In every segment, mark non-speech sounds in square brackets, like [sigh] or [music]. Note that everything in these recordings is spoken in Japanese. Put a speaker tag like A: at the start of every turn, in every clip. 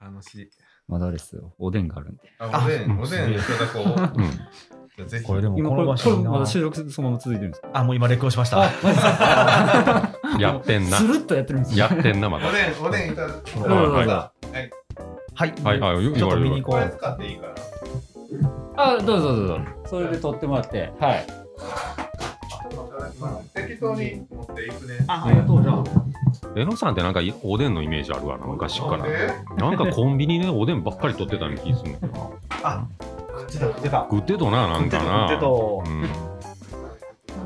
A: 楽しい。
B: まだですよ。おでんがあるんで。
A: あ、おでん、おでんいただこう。
B: うん。
A: じゃあぜひ。
C: これでも
B: 今
C: こ
B: こ
C: の
B: れ、
C: 場
B: こ
C: 所
B: れ
C: いい
B: ま
C: な
B: だ収録そのまま続いてるんですか
D: あ、もう今、レコーしました。
E: やってんな
B: ス。ルッとやってるん [laughs] です
E: や
B: よ。
E: ってんな、また。
A: おでん、おでんいただこ
E: う
A: う。
E: ん
B: どうぞどう
E: は
B: ぞ。
D: はい。
E: はいはい
D: ちょっと見に行
A: こ
D: こ
A: れ
D: う。
A: 使っていいから。
B: あ、どうぞどうぞ。それで撮ってもらって。はい。
A: 適当に持っていくね。
B: あ、ありがとう。じゃあ。
E: えのさんってなんかおでんのイメージあるわな、昔か
A: なん。
E: ら
A: で
E: なんかコンビニでおでんばっかり取ってたような気するんだけどな。
D: 出た、出た。
E: 食ってとな、なんかな。
D: 食ってと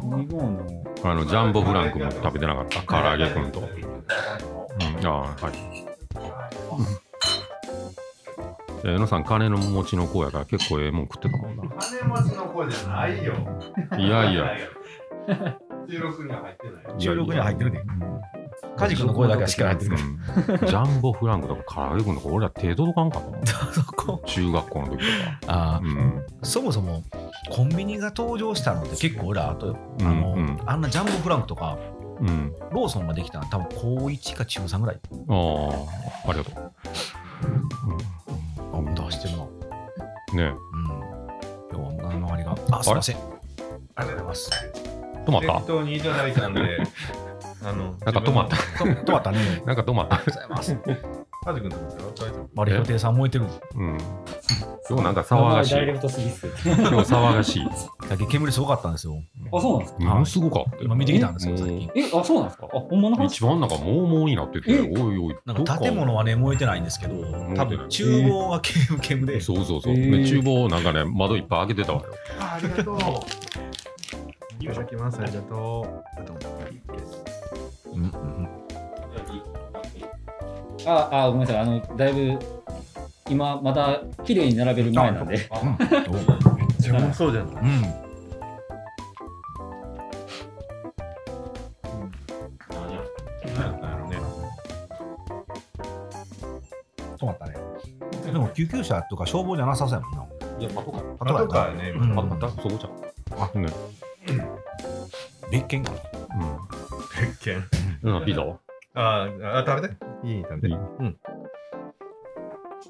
E: うん
B: 2号の。
E: あの、ジャンボフランクも食べてなかった。唐揚げくん
A: [laughs]
E: と。うん、あーはい。えのさん、金の持ちの子やから結構ええもん食ってたもんな。
A: 金持ちの子じゃないよ。
E: いやいや。。
A: 収録には入ってないよ。
D: 収録には入ってるで。カジ君の声だけはしっかり入ってるから。
E: うんジャンボフランクとか唐揚げくんとか俺ら手届かんかったもん。
D: そこ。
E: 中学校の時とか。
D: あ
E: うん。
D: あ、そもそも、コンビニが登場したのって結構俺ら、あと、あ
E: うん。
D: の
E: うん、
D: あんなジャンボフランクとか、
E: うん。
D: ローソンができたのは多分高1か中3ぐらい。
E: ああ、ありがと
D: あ、出してるな。
E: う。ね
D: うん。今日は周りが。あ、すいません。ありがとうございます。
E: え止まっ
A: 適
E: た
A: 当にいただいたん
E: [laughs]
A: で、あの、
E: なんか止まった。
D: と止まったね。
E: なんか止まった。
D: ございます。
A: カジ君どうですか大丈夫
D: マリオ亭さん燃えてる。
E: うん。 [laughs] 今日なんか騒がしい。
B: ダイレクトすぎっすよ。
E: 今日騒がしい。
D: だけ煙すごかったんですよ。
B: あ、そうなんですか
E: ものすごかったよ。
D: 今見てきたんですよ、
E: も
D: さっ
E: う
D: き。
B: え、あ、そうなんですかあ、ほんまの話
E: 一番なんかもうもうになってて、
B: え
E: おいおい、
D: なんか建物はね、燃えてないんですけど、
E: 燃えてな
D: 多
E: い
D: 分厨房が煙煙
E: ど
D: で
E: こ。そうそうそう。
B: えー
E: で厨房なんかね、窓いっぱい開けてたわよ。
A: あありがとう。 [laughs] いただきます。ありがとう。あと
D: うんうん
B: あ、あ、ごめんなさい。あの、だいぶ、今、まだ綺麗に並べる前なんで。
A: 自分そうじゃない。
D: うん止まったね。でも救急車とか消防じゃなさそうやもんな。
E: いや、パトカー。
D: パ
A: パトカーね、
D: うん
E: パトカーそこじゃん。あ、ね。
D: ー別件かな。
A: 別件。
E: うん。うん、ピザは
A: あーあ、食べて。いい、食べて。
E: いい
A: ん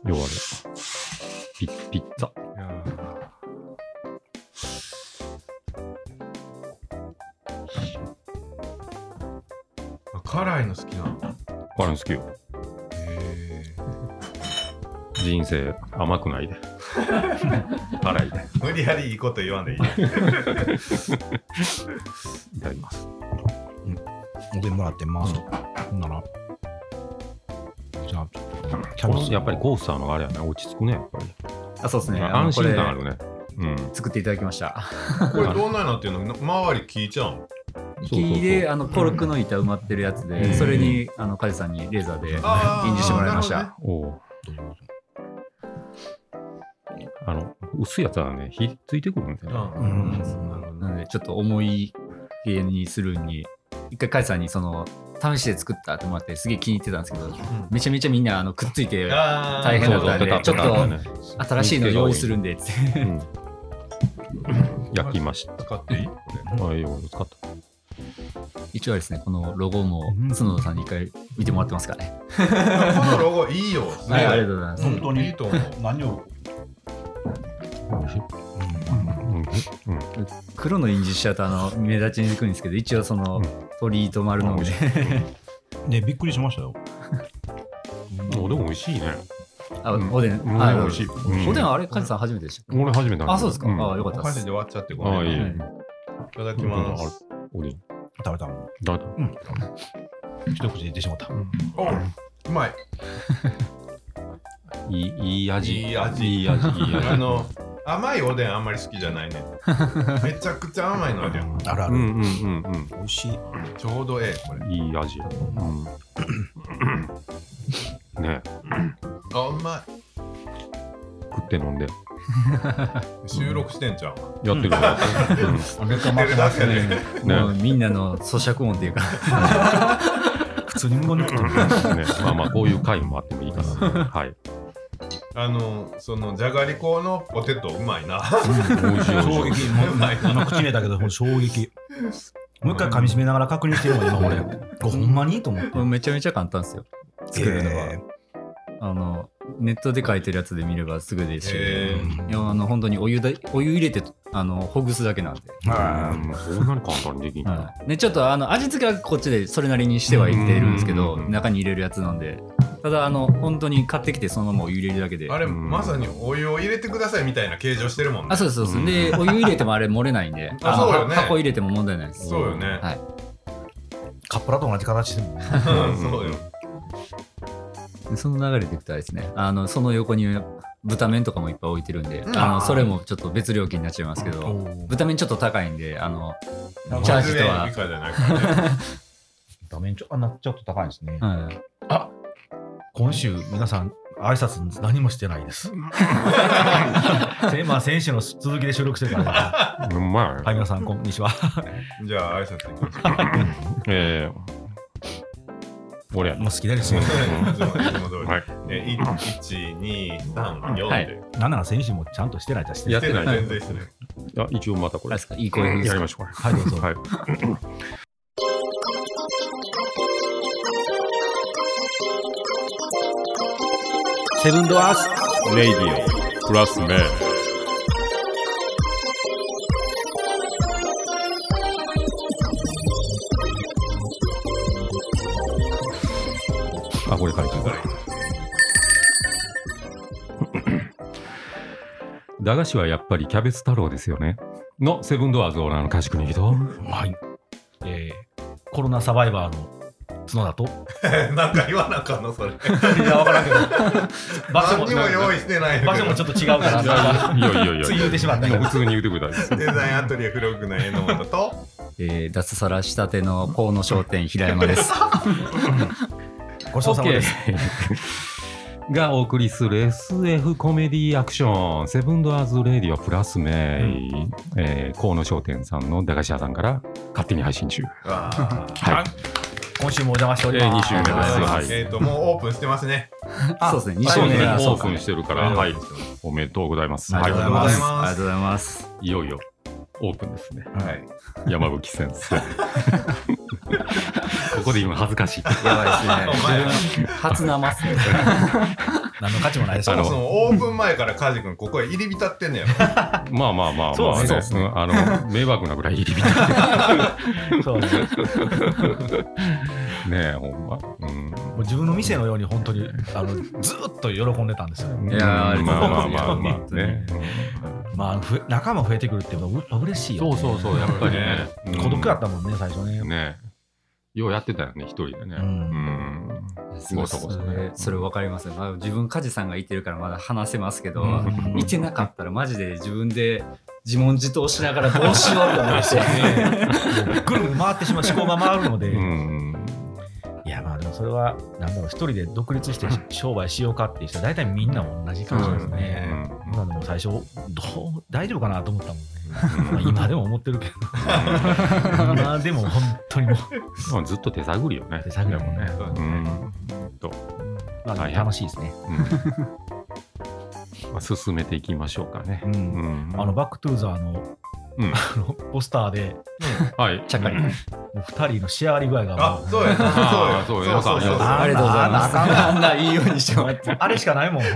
E: 要はね。ピッ、ピッツァ。
A: いやーあ辛いの好きなの
E: あるんですけど、人生甘くないで。辛いで。
A: 無理やりいいこと言わんでいい。
E: いただきます。
D: おでんもらってます。ほんなら。じゃあ、ちょっとキャベツ。
E: やっぱりコースターのあれやね、落ち着くね、やっぱり。
B: あ、そうですね。
E: 安心感あ
B: こ
E: るね。うん。
B: れ作っていただきました。
A: これどんなのっていうのな [laughs] 周り聞いちゃうの
E: そうそうそう
B: 木であのコルクの板埋まってるやつ
E: うん
B: で、それにあのカジさんにレーザーで
A: あー
B: 印字してもらいまし
A: なる
B: た。
E: おうあの、薄いやつはね、火ついてくるんだよね。
A: ほどね
D: うん
A: うん
B: なのでちょっと重い系にするに一回カジさんにその試して作ったってもらってすげえ気に入ってたんですけど、めちゃめちゃみんなあのくっついて
A: あー
B: 大変だったんで
E: そうそうペタペタね
B: 新しいの用意するんでっつって。
E: うん
B: [laughs]
E: 焼きました。
A: 使っていい
E: あ、いいよ、使った。
B: 一応ですねこのロゴも
D: うん
B: 角田さんに一回見てもらってますからね。
A: このロゴいいよ。
B: はい、ありがとうございます。
D: 本当に
A: いいと思う。
D: 何を。
E: 美味しいうんうん
B: 黒の印字しちゃうとあの目立ちにくいんですけど一応その
E: うん
B: 鳥居と丸のみで
D: ね、びっくりしましたよ。
E: うんおでん美味しいね。
B: あ
E: うん
B: おで
E: うんん
B: あ
E: 美味しいうん
B: おでんあれカジさん初めてでしたっけ
E: 俺初めてなんだけど
B: あそうですか
E: ん
B: あよかった
A: お
B: で。
A: 箸です終わっちゃってご
E: あ
A: め
E: い
A: ん
E: い
A: ね。
B: は
E: よ
B: い
A: いただきます。
E: おでん。
D: 食べたもん。
E: だいたい
D: 一口で言ってしまった。
A: おうまい。
E: いいいい味。
A: いい味
E: いい味。いい味
A: あの、甘いおでんあんまり好きじゃないね。めちゃくちゃ甘いのあるよ。
D: あるあ
E: う
D: る。
E: んうんうんうん。
D: 美味しい。
A: ちょうどええ、これ。
E: いい味。うん、ねえ
A: あ、うまい。
E: 食って飲んで。
A: 収録してんじゃん。
E: やってるよ。
B: [laughs] お腹待ってますね。
E: ね
B: もうみんなの咀嚼音っていうか、
D: 普通に無言で食ってる。
E: うんね、まあまあ、こういう回もあってもいいかな。はい。
A: あの、その、じゃがりこのポテトうまいな。
E: 美味しい美味
D: 衝撃。
E: しい。
D: もう
A: う
D: [laughs]
A: まいな
D: 今口に入れたけど、ほんと衝撃。もう一回噛み締めながら確認してるもん、今
B: [laughs]
D: 俺。これほんまにと思って。
B: めちゃめちゃ簡単ですよ。作るのは。
D: え
B: あの、ネットで書いてるやつで見ればすぐですし、
A: へー
B: いやあの本当にお湯だお湯入れてあのほぐすだけなんで、
D: あー
E: もうそんなに簡単にできんじゃん。
B: はいね、ちょっとあの味付けはこっちでそれなりにしてはいっているんですけど
E: うんうんうん
B: 中に入れるやつなんでただあの本当に買ってきてそのままお湯入れるだけで
A: あれ、
E: うん
A: まさにお湯を入れてくださいみたいな形状してるもんね。
B: あそうですそうです、
E: うん
B: でお湯入れてもあれ漏れないんで
A: あそうよね
B: の箱入れても問題ないです
A: そうよね。
B: はい
D: カップラと同じ形で
A: [laughs]
D: も。
A: そうよ。
B: でその流れでいくとあれですねあのその横に豚麺とかもいっぱい置いてるんで、
A: うん
B: あのそれもちょっと別料金になっちゃいますけど豚麺ちょっと高いんであのチャージと
A: 80円以
B: は、
A: 下じゃないからね。
D: 画面ちょあなちょっと高いですね。
B: はい、
D: 今週、皆さん、挨拶何もしてない [laughs] です。せまあ、先週の続きで収録してるから、
E: うまい。
D: はい、皆さん、こんにちは。
A: じゃあ、挨拶行きましょう。
E: えー、俺や
D: もう好きです [laughs] よ。
A: [laughs] いつも通り。
E: はい。
A: えー、1、2、3、4
B: はい
A: で。
D: なんなら先週もちゃんとしてないじゃして
E: や
D: る
E: ってない
A: 全然してない。
E: あ一応また
B: あ
E: こ
B: れ
E: れ
B: ですかいい声です
E: や
B: か
E: りましょう
D: はいどうぞ
E: はい、
D: セブンドアース
E: レイディオプラスメあこれ書いてる [laughs] 駄菓子はやっぱりキャベツ太郎ですよねのセブンドアーズオーナーの賢国と
D: はい。えー、コロナサバイバーの角だと。
A: なんか言わなあかんの、それ。
D: いや、わからんけど。 [laughs] 場所も
A: 何にも用意してないんや
D: 場
A: け
D: 所
A: ど
D: もちょっと違うからさ。
E: いやいやいやいや
D: つい言うてしまったけど
E: 普通に言うてください
A: デザインアトリエフロッグの榎本と、
B: えー、脱サラしたての河野商店平山 [laughs] です。
D: ごちそうさまです。
E: OK [laughs] がお送りする SF コメディアクションセブンドアーズレディオプラスメイ、えー河野商店さんの駄菓子屋さんから勝手に配信中、
A: あ
E: はい、
D: 今週もお邪魔しております。
E: えー二週目です
A: ー
E: はい
A: えっと、もうオープンしてますね。
D: あ
B: そうですね、2
E: そ
B: 週
E: う
B: 目
E: ですね
B: が
E: オ
B: そう
E: ー
B: か
E: プンしてるから、
A: は
E: はいい、おめでとうございます、
B: ありがとうご
E: は
B: ざい
A: ありがとうございます
B: ます。ありがとうございます。
E: い、いよいよオープンですね
A: はい。
E: 山吹先生ここで今恥ずかしい
B: やばい
A: お
B: です
A: 前
B: ね。
A: は
B: [laughs] 初生っすね。
D: 何の価値もないです
A: そ
D: よ
A: もそもオープン前からカジ君ここへ入り浸ってんねやろ。
E: まあまあまあ
D: そう
E: まあ、
D: ですね
E: うんあの迷惑なぐらい入り浸って
D: そう
E: [laughs]
D: ですね
E: ねえほんま、うん、
D: もう自分の店のように本当にあのずーっと喜んでたんですよ。
E: い
B: やーありが
E: ま
B: と
E: あ
B: うご
E: ま
B: ざ
E: あ
B: い
E: ま
B: ます
E: あまあね。
D: まあふえ仲間増えてくるっていうのはう嬉しいよ、ね。
E: そうそう、やっぱりね。 [laughs]
D: 孤独だったもんね最初ね。
E: ね。ようやってたよね、一人で
D: う
E: ね。うんん。ごそごそね
B: それ分かりますね。まあ自分、梶さんがいてるからまだ話せますけど、
D: うん
B: いてなかったらマジで自分で自問自答しながらどうしようと [laughs] 思って。
E: [laughs]
D: もうぐるぐる回ってしまう思考が回るので、
E: う
D: い
E: ん。
D: やまあでもそれはなんだろう一人で独立して商売しようかっていう人は大体みんな同じかもしれないです
E: う
D: ね。
E: ん
D: まあでも最初どう大丈夫かなと思ったもんね。まあ今でも思ってるけど今でも本当にもう
E: まあずっと手探りよね。
D: 手探り
E: でもね。うん。と。
D: まあ
E: 大変
D: 楽しいですね。
E: うん [laughs] まあ進めていきましょうかね。
D: うん
E: ん
D: あの、バックトゥーザーの,、
E: うん
D: あのポスターで
E: はい。
B: ちゃっかり。
D: もう2人の仕上がり具合がも
A: あ
D: う、
A: そうや。
E: あー
A: そう
E: そう
A: や。
E: や
A: そうそうそう。
D: あ
B: ありがとうございます。あんないいようにしてもらって。
D: あれしかないもん。じ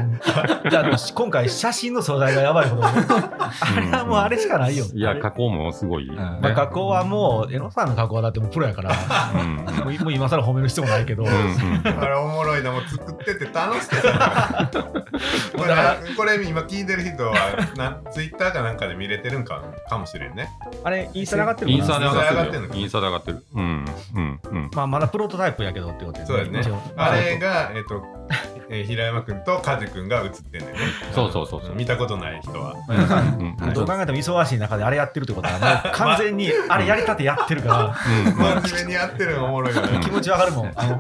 D: ゃああの、今回写真の素材がやばいほど、あれはもうあれしかないよ。
E: いや、加工もすごい。
B: まあ
D: まあ、
E: ね
D: 加工はもう、江野さんの加工はだってもうプロやから、
E: [laughs] うんうん
D: もうもう今更褒める必要もないけど、
E: うんうん
A: あれおもろいな、もう作ってて楽しかった。これ、これ今聞いてる人は、な、ツイッターかなんかで見れてるんか、かもしれんね。
D: あれ、インスタに上がってる
E: イ
D: の
E: ン
D: か
E: ス
D: な
E: タで上がっ
A: イ
E: て
A: ンスタで上がってんの
E: る
A: か
E: よ。インスタで上がってる。うん。うん。うん。
D: まあ、まだプロトタイプやけどってことで
A: そうやね
D: 一応。
A: あれが、えっと、えー平山君と梶君が映ってんねんね。
E: そうそうそうそう
A: 見たことない人は。
E: うん
B: はい
D: どう考えても忙しい中であれやってるってことは、
E: [laughs]
D: もう完全にあれやりたてやってるか
A: 真面目にやってるのおもろいから
E: う
D: ら、
E: ん
A: ね。
D: 気持ちわかるもん。あの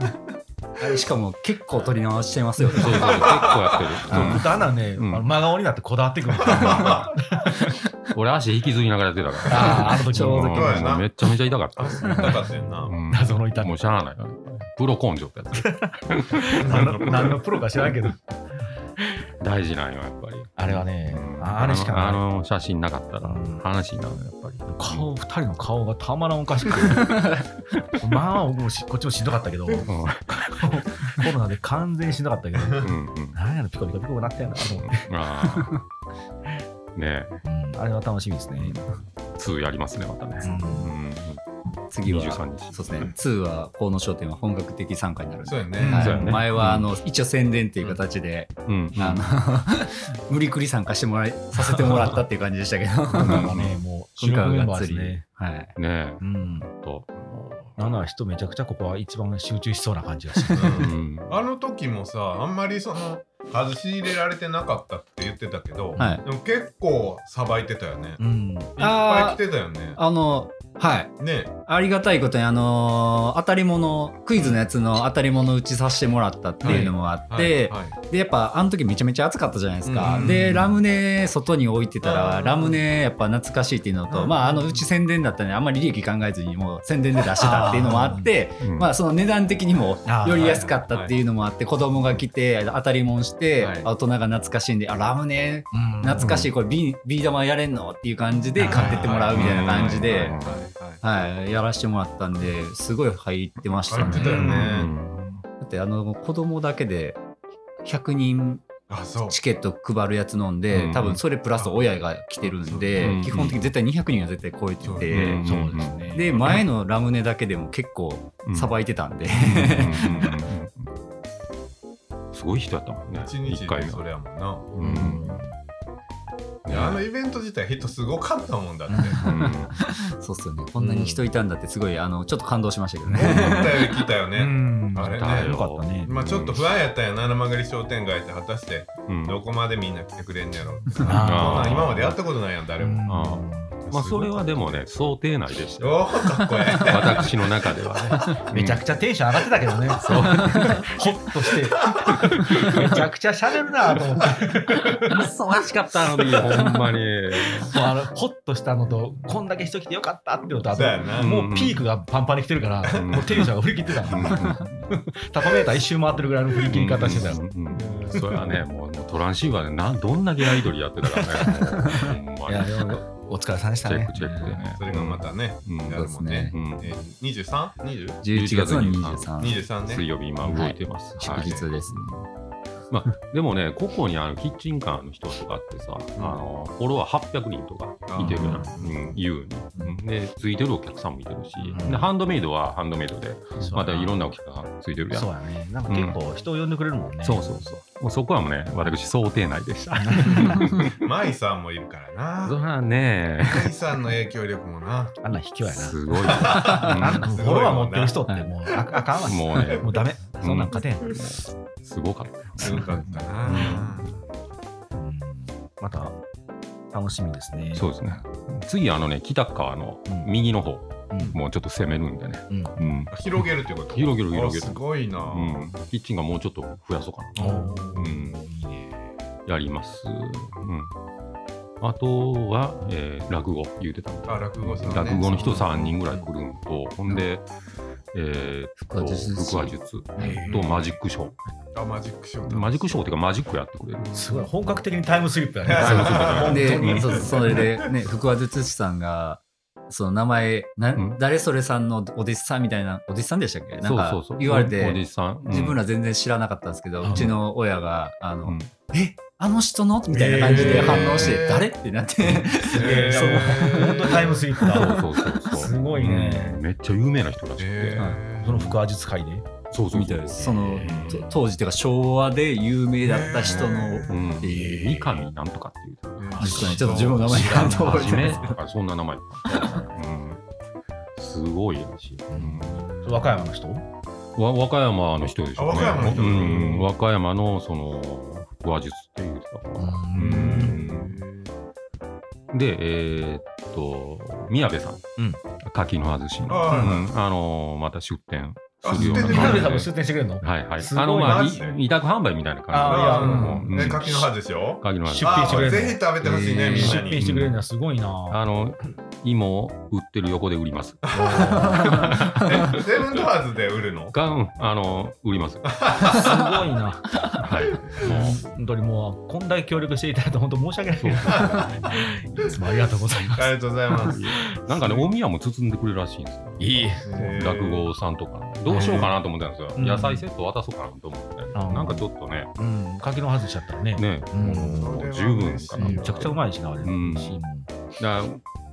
B: あれしかも結構取り直しちゃいますよね。
E: そうそう、結構やってる。うん
D: だんだんね、
E: うん
D: あの真顔になってこだわって
E: [laughs]
D: くる。
E: 俺足引きずりながらやってたか
D: あ
E: ら。
D: ーあの時
B: ちょうど
E: ん
A: そうやな
E: めちゃめちゃ痛かった
A: あ、。そうなかったよな。
E: うん
D: 謎の痛み
E: もうしゃあない。プロ根性ってやつ。
D: 何の何のプロか知らんけど。
E: 大事なんよ、やっぱり。
D: あれはね
E: う、ん
D: ああれしか
E: あ
D: ない。
E: のあの写真なかったら
D: うん
E: 話になるの、やっぱり。
D: 顔、二人の顔
E: [laughs]
D: がたまらんおかしくて。まあ、僕もしこっちもしんどかったけど、
E: うん
D: コロナで完全にしんどかったけど、
E: うんうん
D: なんやろ、ピコピコピコなってやなと思って。
E: ああねえ
D: うんあれは楽しみですね。
E: 2やりますねまたね、
D: うん
E: うん、
B: 次は、そう
E: 23日
B: ですね、2は、河野商店は本格的参加になるんで
A: そうやね。
B: はい
E: そうやね
B: 前はあの、一応宣伝っていう形で、
E: うん
B: あの [laughs] 無理くり参加してもらいさせてもらったっていう感じでしたけ [laughs] ど
D: なんかね、もう、主
B: 今
D: 力メ
B: 回は
D: ン
B: が
D: バー
B: っ
D: で
B: つ
D: す
B: り、
D: ね。
B: はい、
E: ね
D: うん。
E: えと、
D: なんなら人めちゃくちゃここは一番集中しそうな感じがして。
A: う
E: うんん、
A: あの時もさあんまりその外し入れられてなかったって言ってたけど、
B: はい
A: でも結構さばいてたよね。いっ
D: うん。
A: ぱい来てたよね。
B: あのはい
A: ね
B: ありがたいことにあのー当たり物クイズのやつの当たり物打ちさせてもらったっていうのもあって、
A: はいはい
B: でやっぱあの時めちゃめちゃ暑かったじゃないですか、
A: うん
B: でラムネ外に置いてたら、
A: うん
B: ラムネやっぱ懐かしいっていうのと、
A: うん
B: まああのうち宣伝だったんであんまり利益考えずにもう宣伝で出してたっていうのもあって
E: うん
B: まあその値段的にも
D: あー
B: より安かったっていうのもあって子供が来て当たりもんして
A: はい
B: 大人が懐かしいんであラムネ懐かしいこれビービー玉やれんのっていう感じで買ってってもらうみたいな感じ
A: はい
B: で
A: は、いはい
B: はい、やらしてもらったんですごい入ってました
A: 入
B: ね。
A: ってたよ
B: だ
A: ね
B: ってあの子供だけで100人
A: あそう
B: チケット配るやつ飲んで、
E: うん
B: 多分それプラス親が来てるんで、
E: うん
B: 基本的に絶対200人は絶対超えてて、
E: うん
D: そうですね。
B: で前のラムネだけでも結構さばいてたんで、
E: すごい人やったもんね
A: 一日
E: 一回
A: で
E: 目
A: それやもんな。
E: う
D: うん
E: ん
A: い
E: ね
A: やあのイベント自体人すごかったもんだって。
E: うん
B: [laughs] そうっすよねこんなに人いたんだってすごいあのちょっと感動しましたけどね。
A: 思ったより来たよ
D: う
A: ね。
D: ん。
A: あれね
D: よかったね。
A: まあちょっと不安やったんやな、七曲り商店街って果たして
E: うん
A: どこまでみんな来てくれんねやろって。そん
D: あ
E: ー
A: なん今までやったことないやん、誰も。
E: あまあそれはでもね想定内でしたよ
A: おお、かっこええ。
E: [laughs] 私の中ではね
D: [laughs] めちゃくちゃテンション上がってたけどね。そう。ホッとして。めちゃくちゃ喋るなと思って。
B: [laughs]
D: 忙しかったのに。も
E: ほんまに
D: うあのホッとしたのと、こんだけ人来てよかったっていうのと、あ
A: そうや
D: と、
A: な。
D: もうピークがパンパンに来てるから、
E: うん
D: もうテンションが振り切ってた。タコメーター一周回ってるぐらいの振り切り方してたよ
E: う。んうんうんそれはねもうもうトランシーバーでなどんだけアイドルやってたからねもうほんま
D: い
E: に
D: や、でも、お疲れさんでし
E: チ
D: た
E: ェッ
D: ね
E: ク。チェックでね
A: それがまたね、
E: うん
A: やるもんね。
E: うん
A: えー、23?20?
B: 11月の23
A: 23ね。
E: 水曜日今動いてます
B: 祝
E: はい
B: 日ですね。
E: まあ、でもね、個々にあのキッチンカーの人とかってさ、あのフォロワー800人とかいてるじゃん、うん、優に、うんで、ついてるお客さんもいてるし、
D: うん
E: で、ハンドメイドはハンドメイドで、またいろん
D: な。
E: なお客さんついてるやん。
D: そうやね。なんか結構人を呼んでくれるもんね。
E: そうそう
D: [laughs]
E: そう。もうそこはもうね、私、想定内でした。
A: マイさんもいるから
E: そ
A: な。
E: らね、
A: マイさんの影響力もな。
D: あんな卑怯やな。
E: すごいよ。
D: あんな
E: うん
D: フォロワー持ってる人ってもうああかんわ。
E: もうね
D: もうダメ。そんなん勝てん。
E: すごかった。
A: すごかったな。
D: うんまた楽しみですね。
E: そうですね。次、あのね、北川の右の方、
D: うん
E: もうちょっと攻めるんでね。
D: うん
E: うん。
A: 広げるってこと
E: 広げる広げる
A: あすごいな。
E: うん、キッチンがもうちょっと増やそうかな。
D: おー
E: うん
D: いいね。
E: やります。うん。あとは、えー落語言うてたみたい
A: あ、落語さんね。
E: 落語の人3人ぐらい来るんと、ほんで、えー、
B: 腹話術師
E: 腹話術
A: へー
E: とマジックショ
A: あ、マジックショ
E: ー。
A: ー。
E: マジックショーっていうかマジックやってくれる。
D: すごい本格的にタイムスリップやね。
A: [laughs] そう
B: で
E: 本当に
B: そうそれでね福和術師さんがその名前な、
E: うん
B: 誰それさんのお弟子さんみたいなお弟子さんでしたっけなん
E: そう
B: か
E: そうそう
B: 言われ
E: おじ
B: て
E: さん、うん
B: 自分ら全然知らなかったんですけど、
D: う
B: うんちの親があの、
E: うん
B: えあの人のみたいな感じで反応して、
A: えー
B: 誰ってなって
A: す
D: えーそう本当タイムスリップだ。
E: そうそうそうそう。
D: すごいね
E: うんめっちゃ有名な人らしくて。
A: え
D: その腹話術会で。
E: そうそうそう
B: みたいですその
D: えー
B: と当時っていうか昭和で有名だった人の、
A: えー
E: うん。
B: えー
E: 三上なんとかっていう。
B: あちょっとねちょっと自分の名前が
D: 知らん
B: 覚
E: は
B: え
E: じ
B: てない
E: めとかそんな名前。うんすごいらしい。うん
D: 和歌山の人
E: わ和歌山の人でしょう
A: あ和
E: ね。
A: 歌山の人
E: うん、和歌山のその腹話術っていう人だから。うんで、えーっと、宮部さん、
D: うん
E: 柿の外しの、
A: あはいはい
E: うんあのーまた出店
A: あ
E: するような
A: 出
E: 感
A: てる
D: 宮部
E: じ
D: さんも
E: で。
D: 出店してくれるの
E: はいはい。
D: すごい
E: あの、まあ、
A: マ
E: い
A: ジで
E: 委託販売みたいな
D: あーいや
E: 感
A: う
E: じ
A: ん
E: で。
A: ね、柿の葉ですよ。
E: 柿の外
D: 出品し
E: し。
D: てくれるの
A: あぜひ食べてほしいね、
B: えー
A: みん
D: 出
A: なに。
D: 品してくれるのはすごいな。
E: あの、芋を売ってる横で売ります。
A: えセブンドアーズで売るの
E: がん、あの、売ります。
D: すごいな。
E: はい。も
D: 本当にもう、こんだけ協力していただいて、本当申し訳ないけ
E: う
D: ど、いつもありがとうございま
A: あ
D: す。
A: りがとうございます。
E: なんかね、お宮も包んでくれるらしいんですよ。
D: いい。
A: えー
E: 落語さんとか。どどうしようかなと思ってたんですよ。
D: うん
E: 野菜セット渡そうかなと思って。
D: あー
E: なんかちょっとね、
D: うん、柿の外しちゃったらね。
E: ね、
D: う
E: も
D: ん、
E: う十分かな。
A: それ
D: め
A: は
D: ちゃくちゃうまいしな、あれ。
E: うん
D: 美味しいもん
E: だから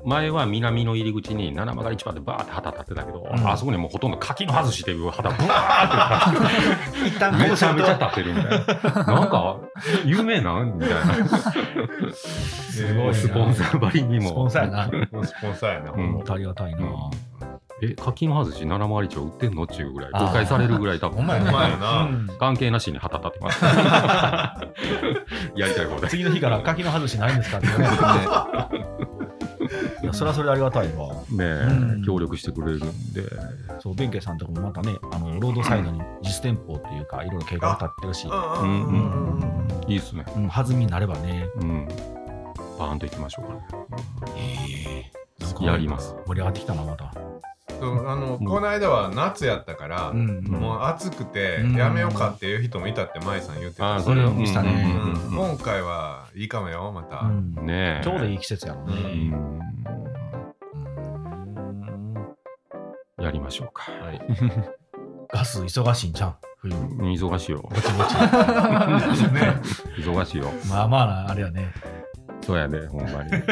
E: 前は南の入り口に七曲がり市場でバーって旗立ってたけど、
D: うん
E: あそこにもうほとんど柿の外しで旗
D: [laughs]
E: ブワーって
D: 一旦
E: めちゃめちゃ立ってるみたいな。なんか、有名なんみたいな。
A: す
D: ごいな
E: スポンサーばりに
D: スポン
E: も。
D: サーやな。
A: もうスポンサーやな、
E: ん
D: もうありがたいな。
E: え、柿の外し七曲がり市場売ってんのっちゅうぐらい、誤解されるぐらい多
D: ほ
E: 分
D: ん。まや
A: ほんまや
D: な。
A: な
D: うん
E: 関係なしに旗立っ
D: [laughs]
E: てます。やりたい放題。
D: 次の日から柿の外しないんですかってね。いやそれはそれでありがたいわ。
E: ねえ、
D: うん
E: 協力してくれるんで。
D: そう、弁慶さんとかもまたね、あのロードサイドに実店舗っていうか、いろいろ計画立ってるし、
A: うんうんうんうんうん
E: いいっすね。
D: うん、弾みになればね、
E: うん。バーンといきましょうかね。
D: なんか
E: やります。
D: 盛り上がってきたな、また。
A: そうあのこの間は夏やったから、
D: ん
A: もう暑くて
D: うん
A: やめようかっていう人もいたって舞さん言ってた、
E: ー
A: うん
D: うんしたね
E: うん
A: 今回はいいかもよまた、
D: うん
E: ねえ。
D: ちょうどいい季節やもんね。
E: うん
D: うん
E: やりましょうか。
A: はい、
D: ガス忙しいんじゃん、冬。
E: 忙しいよ。
A: ね
E: 忙しいよ。
D: まあまあな、あれやね。
E: そうやね、ほんまに。ね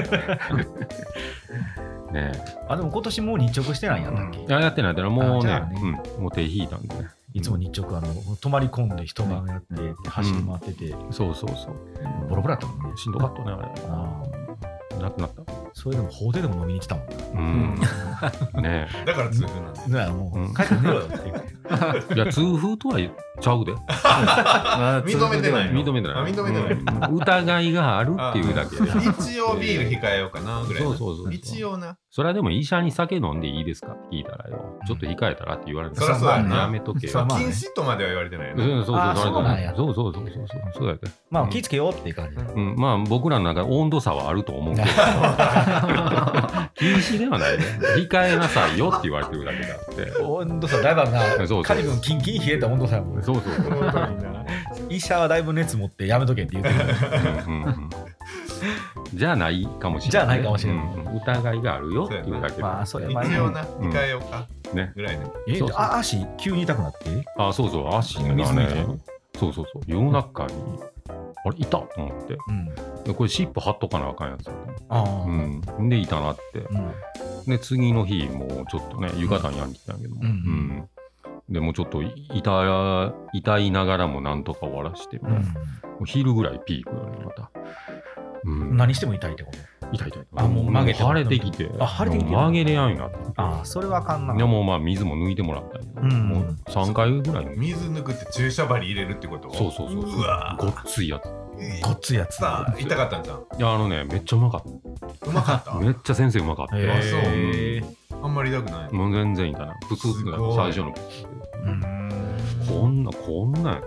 E: え。
D: あ、でも今年もう日直してないんやったっけ、
E: いややってないだらも
D: あ
E: う
D: じ
E: ね
D: ゃあね
E: うん、もう手引いたんでね。
D: いつも日直、あの、泊まり込んで一晩やって、走り回ってて、
E: そうそうそう。
D: ボロボロやったもんね。
E: しんどかったね、あ
D: あ
E: れ。なくなった。
D: あ、それでも法廷でも飲みに来たもん。
E: うん。ね
A: だから痛風なんで
D: だからも
E: うん
D: う、帰って寝ろよって言って。
E: え。いや、痛風とは言っちゃうで。
B: まあ
A: 認めてない
E: 認めてない。
A: あ認めて
E: ない。疑いがあるっていうだけで。
A: [laughs] 一応ビール控えようかなぐらい
E: そ
A: の
E: うそうそう。
A: 一。応な
E: それはでも医者に酒飲んでいいですかって聞いたらよ、ちょっと控えたらって言われる
A: そりゃそうやな
E: やめとけ
A: そ
E: よ
A: う。
D: まあね
A: 禁止とまでは言われてないよ
E: う
A: ね、
E: ん、そうそう
D: あーそうなんや
E: そうそうそうそうそうそうだよね。
D: まあ、気ぃつけようっていう感じ。
E: うん、まあ僕らの中で温度差はあると思
D: [laughs]
E: うけど、禁止ではないね。控えなさいよって言われてるだけであって。
D: 温度差だいぶある
E: [laughs] そうそう
D: な、カリ君キンキンに冷えた温度差やもん。
E: そうそうそう。
A: 本当にな
D: 医者はだいぶ熱持ってやめとけって言うてる。
E: [laughs] うんうんうんじゃないかもしれない。
D: じゃないかもしれない
E: うん疑いがあるよっていうだけで。
D: まあ、それは
A: 一応な
E: うん
A: 控えようか
E: ね
A: ぐらいね
D: え
E: そうそう
D: あ足急に痛くなって
E: あ、そうそう、足が
D: 水抜いた
E: ね、そうそうそう、世の中に、あれ、いたと思って
D: うん
E: で、これ、尻尾貼っとかなあかんやつ。
D: ああう
E: うんん。で、いたなって。で、次の日、もうちょっとね、浴衣にやんできたんやけども、
D: うん
E: うんでもうちょっと痛い痛いながらもなんとか終わらしてみたいな、もう昼ぐらいピークよねまた、うん、
D: 何しても痛いってこと
E: 痛い痛い
D: あもう曲げて
E: 腫れてきて
D: あ腫れてきてる
E: もう曲げれやんようになって
D: ああそれはあかんな
E: でもうまあ水も抜いてもらったんやけど、
D: うん
E: もう3回ぐらいに
A: 水抜くって注射針入れるってこと
E: そうそうそうそう
A: うわ
E: ごっついやつ
D: ごっついやつ
A: さあ痛かったんじゃん
E: いやあのねめっちゃうまかっ
A: うまかった
E: ためっちゃ先生うまかった、
D: へえ
A: あそうあんまり痛くない
E: もう全然いいかなプツってな
A: すごい
E: 最初の
D: うん
E: こんなこんなん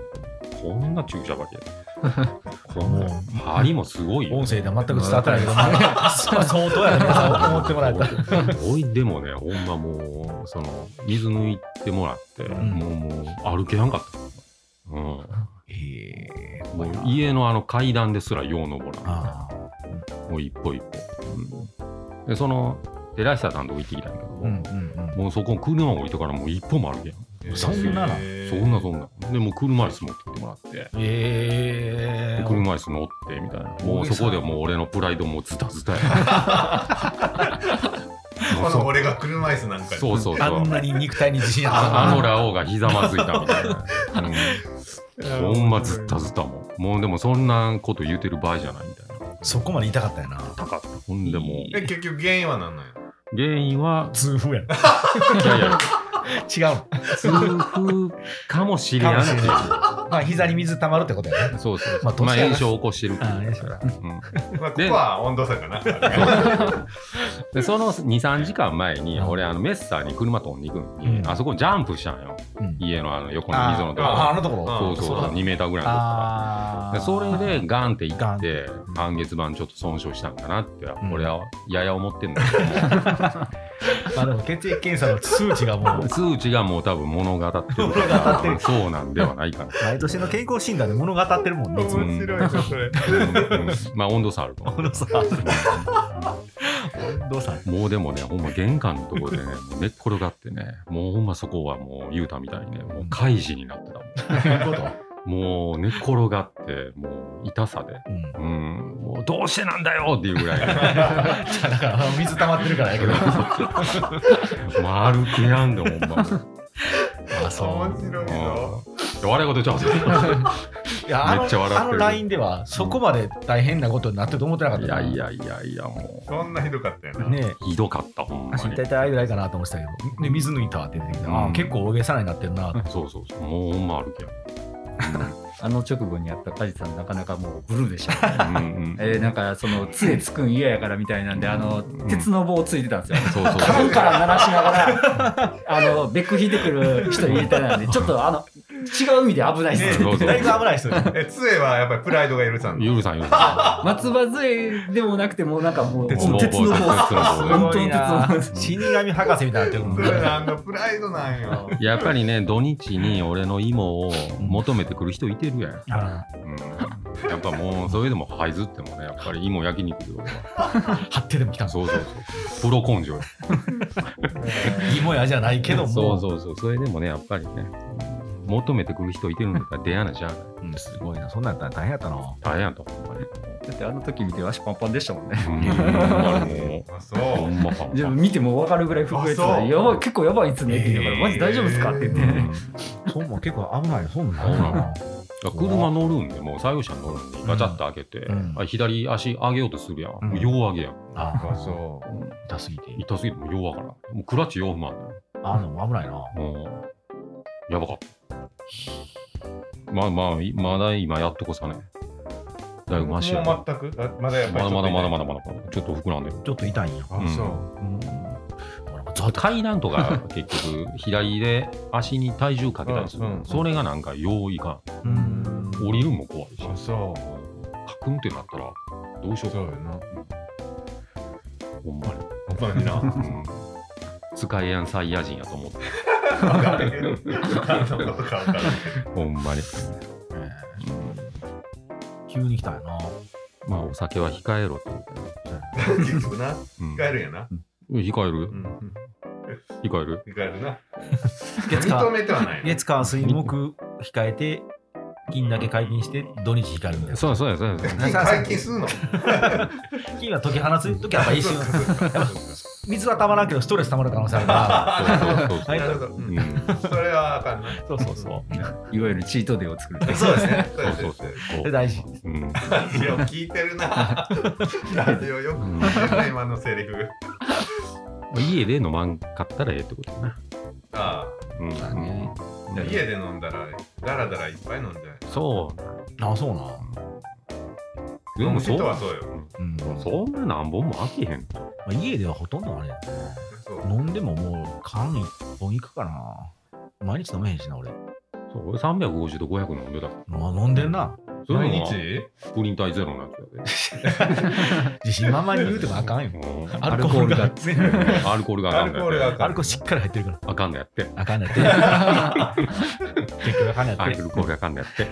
E: こんな注
D: [laughs]
E: 射針やこんなん針もすごいよ
D: 音声では全く伝わってないけどそれは相 [laughs] 当やねそう思ってもらえた
E: [laughs] おいでもねほんまもうその水抜いてもらって、
D: ん
E: もうもう歩けやんかったうん
D: え
E: もう家のあの階段ですらよう登らん
D: ああ
E: もう一歩一歩、うんでその寺下さんとこ行ってきたんやけども、
D: うんうん
E: もうそこ車置いてからもう一歩も歩けやん、
D: そんなの
E: そんなそんなでもう車椅子持ってきてもらって、
D: ええ
E: 車椅子乗ってみたいなもうそこでもう俺のプライドもうズタズタやも
A: こ
E: うそ
A: の俺が車椅子なんかに
E: そうそうそう
D: あんなに肉体に自信あった
E: ああのラオウがひざまずいたみたいな、うん、ほんまずったずったもんもうでもそんなこと言うてる場合じゃないみたいな
D: そこまで痛かったよな
E: 高かったほんでも
A: え結局原因は何なんや
E: う原因は
D: 痛風や
E: いやいや
D: 違う
E: 痛風かもしれんっていう
D: まあ膝に水溜まるってことやね
E: そうそう
D: まあ
E: まあ
D: 年やな
E: 炎症を起こしてるっていう
D: あ炎症
E: うん
A: まあここ
E: で
A: は温度差かな
E: [laughs] でその23時間前に
D: うん
E: 俺あのメッサーに車飛んでいくの
D: う
E: に
D: ん
E: あそこジャンプしたんよ
D: うん
E: 家のあの横の溝のとこ
D: あああのとこ
A: あ
D: ろ
E: そうそう
D: そう
E: そ
D: だ
E: う2メーターぐらいのとこから
D: あ
E: で
D: あ
E: それでガンってい
D: ガン
E: っ
D: っててうん
E: 半月板ちょっと損傷したんかなって
D: ん
E: 俺はやや思って
D: [laughs]
E: んだけ
D: まあでも血液検査の数値がも
E: ど
D: う
E: 数値がもう多分物語ってるか
D: 物語って
E: ら
D: る
E: そうなんではないかな
D: 毎年の健康診断で物語ってるもんねいつも
A: 面白いなそれ
E: うんうんまあ温度差あると思う
D: このさどうさん
E: もうでもね、ほんま玄関のところでね、もう寝っ転がってね、もうほんまそこはもう言うたみたいにね、もう開示になってたもん。もう寝っ転がって、もう痛さで、
D: うん
E: うん、もうどうしてなんだよっていうぐらい、
D: じゃあだから水溜まってるからやけど。
E: 丸くやんで、ほんま。
D: あそう。
A: 面白いぞ。
E: うん笑い事ちゃうぞ
D: いやあの
E: めっちゃ笑ってる
D: あのラインではそこまで大変なことになってると思ってなかった
E: い
D: な。
E: やいやいやいや、も
A: そんなひどかったよな。
D: ねえ。
E: う、ひどかった、ほんま
D: 足
E: に
D: 大。体あれぐらいかなと思ってたけど、で水抜いたって出てきて、
E: うん
D: あー結構大げさになってるなって。
E: そうそうそう、もうほんま歩け
B: あの直後にあったカジさんなかなかもうブルーでした、
E: やん。うんうん
B: えー、なんかその杖つくん嫌やからみたいなんであの
E: ん
B: 鉄の棒ついてたんですよ
E: そうそうそう
B: 缶から鳴らしながらあのベック引いてくる人入れたなん [laughs] でちょっとあの違う意味で危ないです、
E: そうそう
D: だいぶ危ないですよね。
A: え、杖はやっぱりプライドが許さんの。
E: ゆるさん、ゆるさ
B: 松葉杖でもなくてもうなんかもう
E: 鉄
B: も
E: の
B: う鉄の棒
E: 鉄の棒
B: 本当に鉄の棒です
D: 死神博士みたいになってるもん
A: そ
D: ね。
A: れなんだ、プライドなんよ。
E: ん。やっぱりね、土日に俺の芋を求めてくる人いてるやん。
D: あー
E: うんやっぱもう、それでもはいずってもね、やっぱり芋焼肉で俺は。
D: 張ってでも来たんですよ
E: そうそうそう。プロ根性よ。
D: 芋屋じゃないけども。
E: [laughs] そうそうそう。それでもね、やっぱりね、求めてくる人いてるんだったら出会わなじゃあ
D: うんすごいな。そんなんやったら大変やったな。
E: 大変やと、ほんまに。
B: だってあの時見て足パンパンでしたもんね
E: うんほんまにも
A: あ、そう
E: うほ
A: う。
E: んまかも
B: でも見ても分かるぐらい震えて
A: あ
B: た
A: そう
B: やばい結構やばいっすねって言うから、
A: えー
B: マジ大丈夫ですかって言って、
E: うん
D: そうも結構危ない。そうも
E: 危ない車乗るんで、もう作業車乗るんで、ガチャッと開けて、
D: うん
E: あ左足上げようとするやん。
D: うん
E: もうよう上げやん。
D: あ
A: あ、そ。
D: 痛すぎて。
E: 痛すぎてもうようわからん。もうクラッチよう不満だよ。
D: あでも危ないな。
E: もう、やばかった。まあまあ、いまだ今やっとこさね。だいうぶ
A: もう
E: マシや。
A: 全
E: まだ
A: くあまだやっぱりちょっと
E: まだまだまだまだちょっと膨らんでる。
D: ちょっと痛いんや。
A: あ、そう。
D: うん。俺もざっと
E: 階段とか結局左で足に体重かけたりする、
A: うんうんうん
E: それがなんかよういか
D: うん
E: ん降りるんも怖いし
A: あ、そ
E: カクンってなったらどうし
A: う。
E: よ
A: そ
E: う
A: う
E: か
A: よな。
E: ほんまに、
A: ほんまにな。わ
E: うん、使えやんサイヤ人やと思って
A: かるけど。何のことかわかる。
E: ほんまに、
D: 急に来たよな。
E: まあお酒は控えろってことだね
A: 結局な。
E: うん
A: 控えるんやな。
E: うん控える
A: うん。
E: 控える
A: 控えるな。
D: 月
A: 認
D: 火、
A: めてはない。
D: 月火、水、木、控えて、金だけ解禁して、土日控えるみたい
E: そうやそうや
A: [laughs]
E: そうやそうや
A: 金解禁すんの。
D: な。金は解き放つ時はやっぱ一瞬、水はたまらんけど、ストレスたまる可能性あるか
E: そうそうそう
A: なるほど。う
E: [laughs] うんん
A: それはあかんな。
D: ら。そうそうそ
B: いわゆるチートデーを作る
A: う。そうですね。
E: そうそうそう
D: う。で、大事。
E: うん
A: ラジオ聞いてるな。
E: [laughs]
A: ラジオよく聞いてるな、今のセリフ。
E: 家で飲まんかったらええってことやな、
A: あ
E: うん
B: だね
A: あ、家で飲んだら、だらだらいっぱい飲んじゃう。
E: そう
D: [laughs] あ、そうな。
E: でもそ
A: 人は
E: う
A: そうよ。
D: うん。
E: そんな何本も飽きへん
D: まあ家ではほとんどあれやね
A: そう。
D: 飲んでももう、缶一本いくかな。毎日飲めへんしな、俺。
E: そう俺350と500飲んでた
D: まあ飲んでんな。
E: それ
A: 毎
E: も
A: 日
E: プリン体ゼロのやつ
D: 自信満々に言うてもあかんよ。 [laughs]
E: やで
D: アルコールが。
E: うんアルコールが
A: ア
E: あか
A: ル
E: ん
A: コ
E: の
A: ールが
E: や
A: あ
E: って
A: か
D: ア
A: ん
D: ルコールしっかり入ってるから。
E: あかんのやって
D: あかんね [laughs] って。結局あかんね
E: ア
D: って。
E: ルコールがあかんの
D: [laughs]
E: やって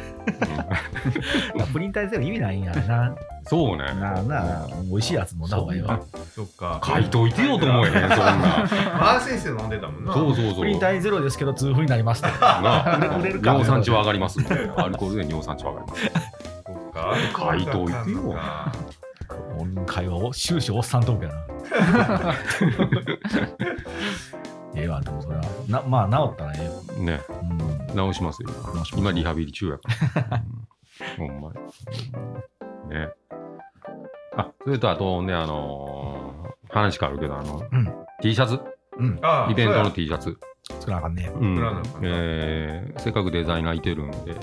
E: うん
D: プリン体ゼロ意味ないんやな。
E: そうね
D: なあなあ、美味しいやつ飲んだ方がいいわ。
A: そっか。
E: 書いといてよと思
A: [laughs]
E: えへんそんな
A: マー先生飲んでたもんな。
E: そうそうそ
D: プ
E: う
D: リン体ゼロですけど、痛風になりますって。
E: な
D: 売れるか
E: 尿酸値は上がりますアルコールで尿酸値は上がります
A: そっか。
E: 書いといてよ
D: 会話を終始おっさんトークやな。 [laughs] ええわ、でもそれは。なまあ、治ったらええよ。
E: ね
D: うん
E: 直しますよ
D: 直します
E: 今リハビリ中やからうんほんまにねあそれとあとねあのー話変わるけどあの
D: うん
E: T シャツ
D: うん、
A: ああ
E: イベントの T シャツ
D: 作らなあかんね。
E: うん
A: 作らなあかんな
E: えーせっかくデザイナーいてるんで、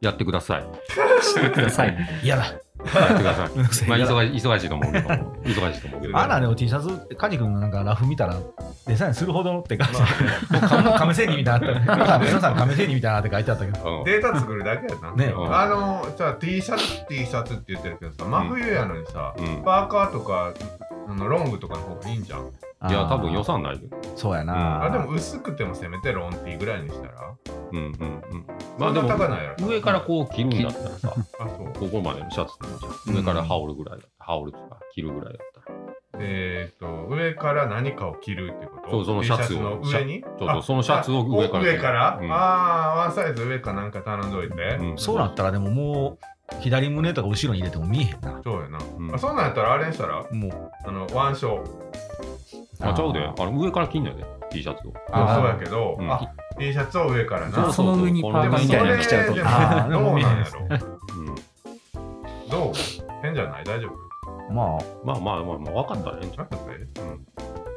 E: やってください。
B: ください
D: 嫌
E: [laughs]
D: だ。
E: やってくださ
D: めんどくさ
E: い。
D: い
E: まあ、忙し忙しいと思うけど、忙しいと思うけど。
D: あら、でも T シャツ、カジ君のなんかラフ見たら、デザインするほどって
E: [laughs]
D: 感じ。
A: ま
D: 亀仙人みたいになってあった。皆さん亀仙人みたいなって書いてあったけど。
E: うん
A: データ作るだけやな。
D: ね
A: あの、さ、T シャツ T シャツって言ってるけどさ、真冬やのにさ、
E: うん
A: パーカーとか、あのロングとかの方がいいんじゃん。
E: いや、多分予算ないで。
D: そうや
A: あ、
D: な。
A: でも薄くてもせめてロン T ぐらいにしたら。
E: うんうんうん。ま
A: ま
E: あ
A: あ
E: で
A: で
E: も
A: も、高ないやろ。
E: 上からこう着るんだったらさ、
A: あ、そう。
E: ここまでのシャツってもじゃん上から羽織るぐらいだったら、羽織るとか着るぐらいだったら、
A: えっ、と、上から何かを着るってこと
E: そうその
A: T
E: シャツを
A: の上に
E: そうそう
A: あ
E: そのシャツを上から
A: あ上から、
E: うん
A: ああ、ワンサイズ上かなんか頼んどいて。
E: うん
D: そうなったらでももう左胸とか後ろに入れても見えへんな。
A: そうやな。
E: うん
A: あそんなんやったらあれにしたら、
D: もう
A: あの、腕章。
E: あちゃうで、あの上から着んだよね、T シャツを。
A: あ
B: あー
A: そうやけど、
E: うん
A: あ T シャツを上からな。
B: [laughs] そその上にパ
A: で
B: ーカ
A: も
B: ーみ
A: そ
B: たいな
A: れ
B: の着ちゃうと
A: でも
D: あーで
A: ど
D: も
A: う
D: 見え
A: な
D: なんい
A: や
D: です
A: ろ
E: うん
A: どう変じゃない大丈夫
D: まあ
E: まあまあまあ、まあ、分かったらええんちゃ
A: なんかね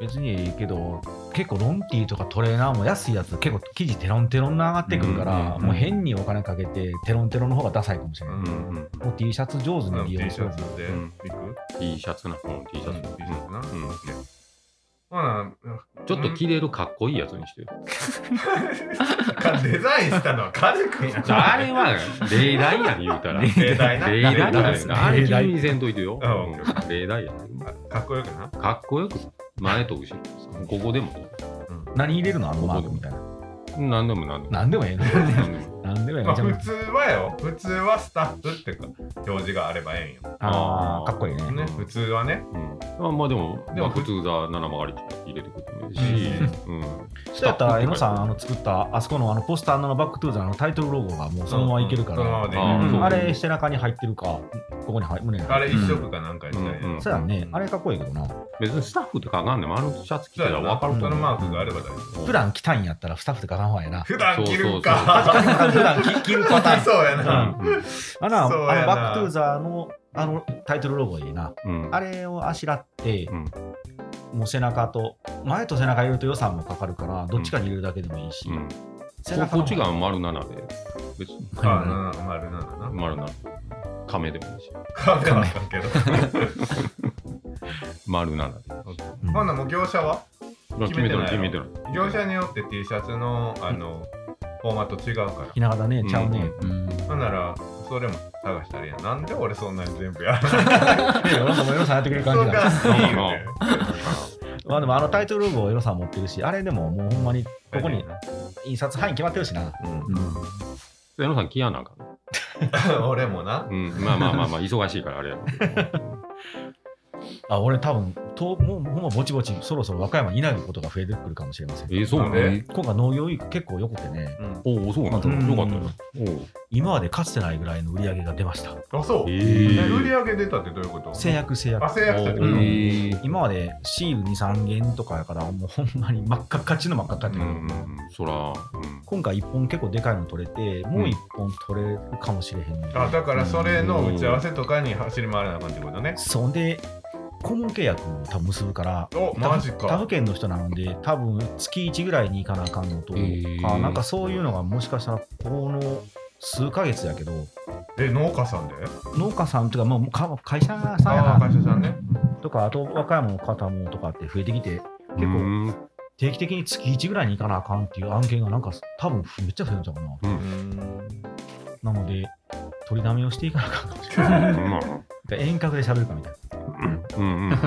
D: 別にいいけど結構ロンティーとかトレーナーも安いやつ結構生地テロンテロンな上がってくるから、
E: うん
D: もう変にお金かけてテロンテロンの方がダサいかもしれない、
A: う
E: う。
A: ん
E: うんうん
D: もう T シャツ上手
A: あの
D: に利
A: T
D: 用
A: シ
D: す
A: ャ
D: る
A: ツで
E: うん
A: いく
E: T シャツな、うん、T シャツ。
A: T シャツな
E: うんうん
A: ほな、
E: ちょっと着れるかっこいいやつにしてよ。
A: デザインしたのはカズくんやな
E: あれは例題やん、言うたら。例
A: 例題な。
E: 題や
A: 題
E: ん。あれ急にせんといてよ。
A: あオッケ
E: うん例題やん。
A: かっこよくな。
E: かっこよくさ前と後ろここでも
D: 何入れるのあのマークみたいな
E: 何でも何でも
D: 何でもええの
E: 何でも
D: 何でもええ
A: ま
D: の
A: あ
D: じゃ
A: 普通はよ、普通はスタッフってか表示があればええんよ。
D: ああーかっこいいね
A: ね、普通はね。
E: うんあまあでも
A: で
E: で
A: も
E: も普通だ七曲がり入れてくるもいいしうん
D: そうやったら江野さんあの作ったあそこのあのポスターのバックトゥーザーのタイトルロゴがもうそのままいけるから、
A: うんそのままでいい
D: うん
E: あそう
D: あれ背中に入ってるかここに入胸に
A: あ
D: 入って
A: れ一色かなんかにしたい
E: うんうん
A: ね
D: るそうやねあれかっこいいけどな
E: 別にスタッフとかあかんでもあのシャツ着て
A: そう
E: た
A: や
E: ら
A: ろ
E: 分かる
A: そ
E: か
A: の
E: ら
A: マークがあれば大丈夫。
D: 普段着たいんやったらスタッフでかかんほうがええな
A: 普段着るん
E: そう
A: か。
D: 普段着着るパター
A: [laughs]
D: ン
A: そうや
E: う
A: な。
E: んうん
D: あのあ
A: そう
D: の
A: やな
D: バックトゥーザーのあのタイトルロゴいいな。
E: うん
D: あれをあしらって、
E: うん
D: もう背中と、前と背中入れると予算もかかるから、どっちかに入れるだけでもいいし、
E: うん
D: 背
E: こ
D: 中
E: こ
D: の
E: っちが丸七で別に
A: あなな丸なのな。
E: 丸七亀でもいいし
A: カメラだけど。 [laughs]
E: 丸七で
D: うん
A: ほんなもう業者は
E: 決めてない決めてない
A: 業者によって T シャツのあの、フォーマット違うから。
D: ひな形ね、ちゃうね。
B: うん
A: ほんなら、それも探したらいいやん。なんで俺そんなに全部やらない
D: エロさんもエロさんやってくれる
A: そ
D: 感
A: う
D: じだ。
A: か、いいよね。
D: まあでもあのタイトルロゴをエロさん持ってるし、あれでももうほんまにここに印刷範囲決まってるしな。
A: うん
B: う
E: 矢野さん着やなんかな
A: [laughs] 俺もな。
E: うんまあまあまあまあ忙しいからあれやろうけど
D: あ、俺多分と、もうほんまぼちぼち、そろそろ和歌山にいないことが増えてくるかもしれません。
E: えそうね
D: 今回農業ウィーク結構良くてね、
A: うん、
E: おおそうなんだ
D: うん
E: よかったよおう
D: 今までかつてないぐらいの売り上げが出ました。
A: あ、そう。え
E: ー
A: 売り上げ出たってどういうこと
D: 制約制約
A: あ、。制約者って
E: う
A: こ
E: ん
A: と
B: えー
D: 今までシール23件とかやからもうほんまに真っ赤っかちの真っ赤っかち
E: う
D: の、
E: んうんうんそらうん
D: 今回1本結構でかいの取れてもう1本取れるかもしれへん、
A: あ、だからそれの打ち合わせとかに走り回らなあかんってことね。
D: そんで顧問契約を多分結ぶから
A: お、マジ
D: 他他
A: か。
D: 府県の人なので多分月1ぐらいに行かなあかんのとか、
E: へー
D: なんかそういうのがもしかしたらこの数ヶ月やけど
A: え、農家さんで
D: 農家さんとか,、まあ、もうか会社さんや
A: ああ、
D: な
A: 会社さんね。
D: とかあと和歌山の方もとかって増えてきて
E: う
D: 結構
E: ん
D: 定期的に月1ぐらいに行かなあかんっていう案件がなんか多分めっちゃ増えるんちゃうかな
E: う
A: うんん。
D: なので、取りだめをしていかなあかんかもしれ
E: う
D: ない
E: んまあ
D: 遠隔で喋るかみたいな。
E: うんうん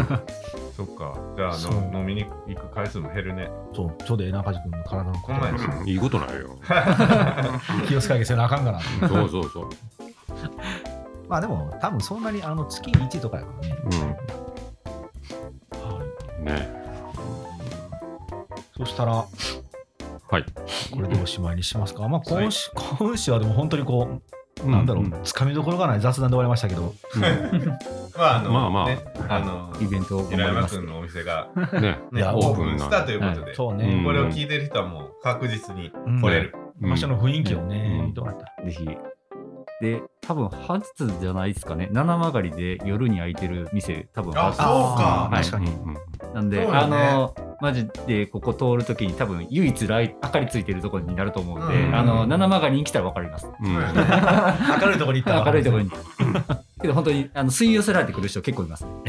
A: そっか。じゃあ
D: そう
A: の、飲みに行く回数も減るね。
D: そう、ちょうどえなかじ君の体の
A: ほ
D: こ
A: んまや
D: と
E: うんいいことないよ
D: 気を使いげせなあかんかな。
E: そうそうそう
D: [laughs] まあでも、多分そんなにあの月1とかやからね。
E: う
D: はい
E: んね
D: そしたら、
E: はい
D: これでおしまいにしますか。まあ今週、今週はでも本当にこう、なんだろう、つかみどころがない雑談で終わりましたけど、
A: まあ、あの、
E: まあまあ
A: ねあの、
B: イベントを頑
A: 平
B: 張り
A: 山
B: ます
A: 君のお店が、
E: ね
A: ね
D: いや
A: オープンしたということで、
D: そうね、
A: これを聞いてる人はもう確実に
D: うん
A: 来れる。
D: 場所の雰囲気をね、
E: うん
D: どうやった
B: ぜひ。で、多分初じゃないですかね。七曲がりで夜に開いてる店、多分
A: あ、
B: 初
A: そう
D: あ
A: か。
D: ー確かに
E: うん
B: なんで、
A: そうだ
B: あ
A: ね
B: の、マジでここ通るときに多分唯一ライ明かりついてるところになると思うんで、
A: うん
B: あの、七曲がりに来たらわか
A: [laughs]
B: ります。
E: うんうん
D: 明るいところに行ったら
B: 明るいところに。け [laughs] ど本当にあの吸い寄せられてくる人結構います、ね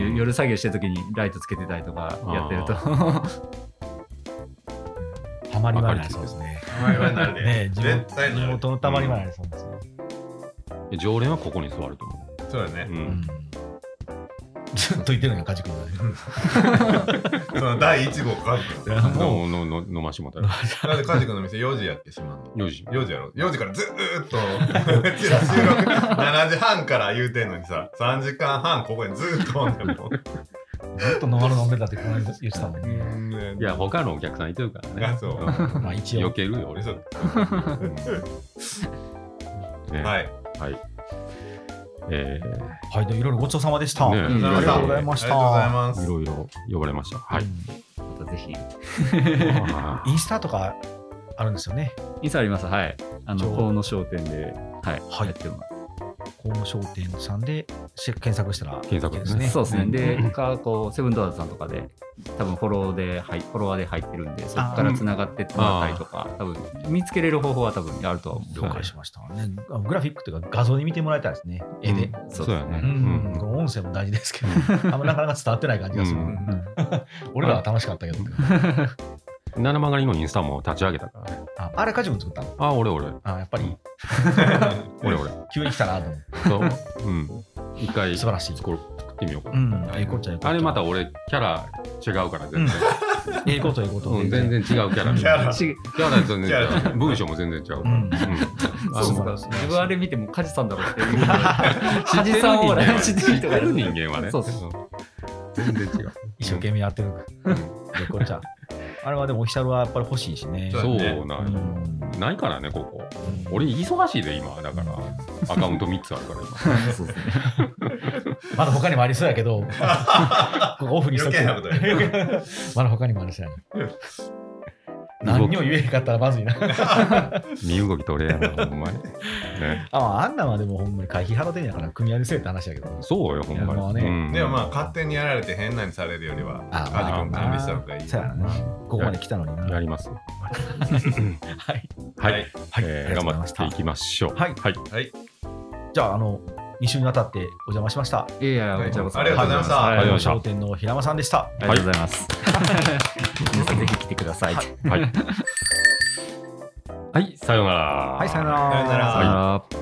D: え
E: うん
B: 夜作業してるときにライトつけてたりとかやってると。 [laughs]
D: えたまり場になりそうですね。
A: 名前はなる
D: ね
A: ね。
D: 地元
A: 絶対
D: 地
A: なる。
D: 元のたまり場になりそうですね。
E: [laughs] 常連はここに座ると思
A: そうだね
E: う。う
D: うんんずっと言ってるんや、カジ君がね。
A: [laughs] [laughs] その第1号カジ君。
D: も
E: ののの飲ましてもら [laughs] ったら
A: なんでカジ君の店4時やってしまうの
E: よし
A: ?4 時やろ ?4 時からずーっ
E: [laughs]
A: と、うちら収録7時半から言うてんのにさ、3時間半ここにずーっとおんねんもん。
D: ずっと飲まる飲んでたってこの間言ってたもん
A: う
D: ね。
A: んね
E: いや、他のお客さんいてるから
A: あ
E: ね。
A: そう
D: まあ一
E: [laughs] 避
D: 応。
E: けるよ、俺。
A: そう
E: ね。
A: はいい
E: はい。え
D: はい、でいろいろごちそうさまでした。
E: ね
D: ありがとうございまし
A: ありがとうござい
D: た。
A: ま
E: ー、い
A: す
E: ろいろ呼ばれました。はい。
B: またぜひ。
E: あ
D: インスタとかあるんですよね。
B: いつありますはい。あ
D: じゃ
B: の、
D: あ
B: 河野商店で、はい、
D: はい
B: やってます。
D: 河野商店さんでし検索したら、
E: 検索ですね
B: そうですね。で
E: うん、
B: か、こう、セブンドアーズさんとかで、多分フォローで、はい、フォロワーで入ってるんで、そこから繋がってってもらったりとか、多分見つけれる方法は多分あるとは思う。
D: 了解しました、ね。あのグラフィックというか画像に見てもらいたいですね。絵
E: ー
D: で。
E: うん
B: そうですね
E: そうやね。
D: う
E: うんん。
D: 音声も大事ですけど、
E: [laughs]
D: あんまなかなか伝わってない感じがする。
E: うん
D: 俺らは楽しかったけど。
E: 七曲がりのインスタも立ち上げたからね。
D: ああれ、カジ君作ったの
E: あ、俺、 [laughs] 俺。
D: あやっぱり
E: 俺、俺。
D: 急に来たなと思って。
E: そう。うん。一回、
D: 素晴らしい
E: 作ろう作ってみようか
D: う
E: な。
D: ん、ええこっちゃええこっちゃ
E: あれまた俺、キャラ違うから、全然。
D: ええことええこと。
E: うん、全然違うキャラ。
A: キャラ
B: し
E: キャラ全然
A: キ
E: 違う。文章も全然違う
D: う
E: から。
D: ん。
E: うんあ
B: そう
E: の
B: そう自分あれ見ても梶さんだろうっていう。
E: 知って
B: 梶
E: る
B: さんを
E: 人間は
B: 乱視でる人がい
E: 知ってる人間はね。
B: そうそう。
E: 全然違う。
D: 一生懸命やってる。
E: うん
D: ええこっちゃ。あれはでもオフィシャルはやっぱり欲しいしね。
A: そう
E: そうな
D: うん
E: よ。
D: ん
E: ないからね、ここ。俺、忙しいで、今。だから、アカウント3つあるから、
D: [laughs]
B: そうですね。
D: まだ他にもありそうやけど、ここオフにしとく
A: 余計なことや
D: まだ他にもありそうやな、
E: 今。
D: 何にも言えへんかったらまずいな。
E: 身動き取れやな、お前。ね。
D: ああんなんはでもほんまに会費払ってんやから、組み合わせせえって話やけど。
E: そうよ、ほん
D: いやま
E: ま
D: あ
E: に。
D: ね
E: うん
A: でもまあ勝手にやられて変なにされるよりは
D: あ
A: カジ君管理した方がいい
D: そうやな、ここまで来たのにな。
E: や
D: [laughs]
E: ります。
D: はい。
E: はい。
D: はい
E: え
D: あり
E: ー
D: がと
E: 頑
D: うございま
E: 張っ
D: した
E: ていきましょう。
D: はい
E: はい。
D: じゃあ、あの、2週にわたってお邪魔しました。
B: いやいや、こちらこそ。
A: ありがとうございました
B: は
E: ありがとうございました
D: 商店の平間さんでした。
B: ありがとうございます。 [laughs] 皆さんぜひ来てください。
E: はい。はい、さようなら。
D: はい、さよな
A: さよなら
B: さよなら。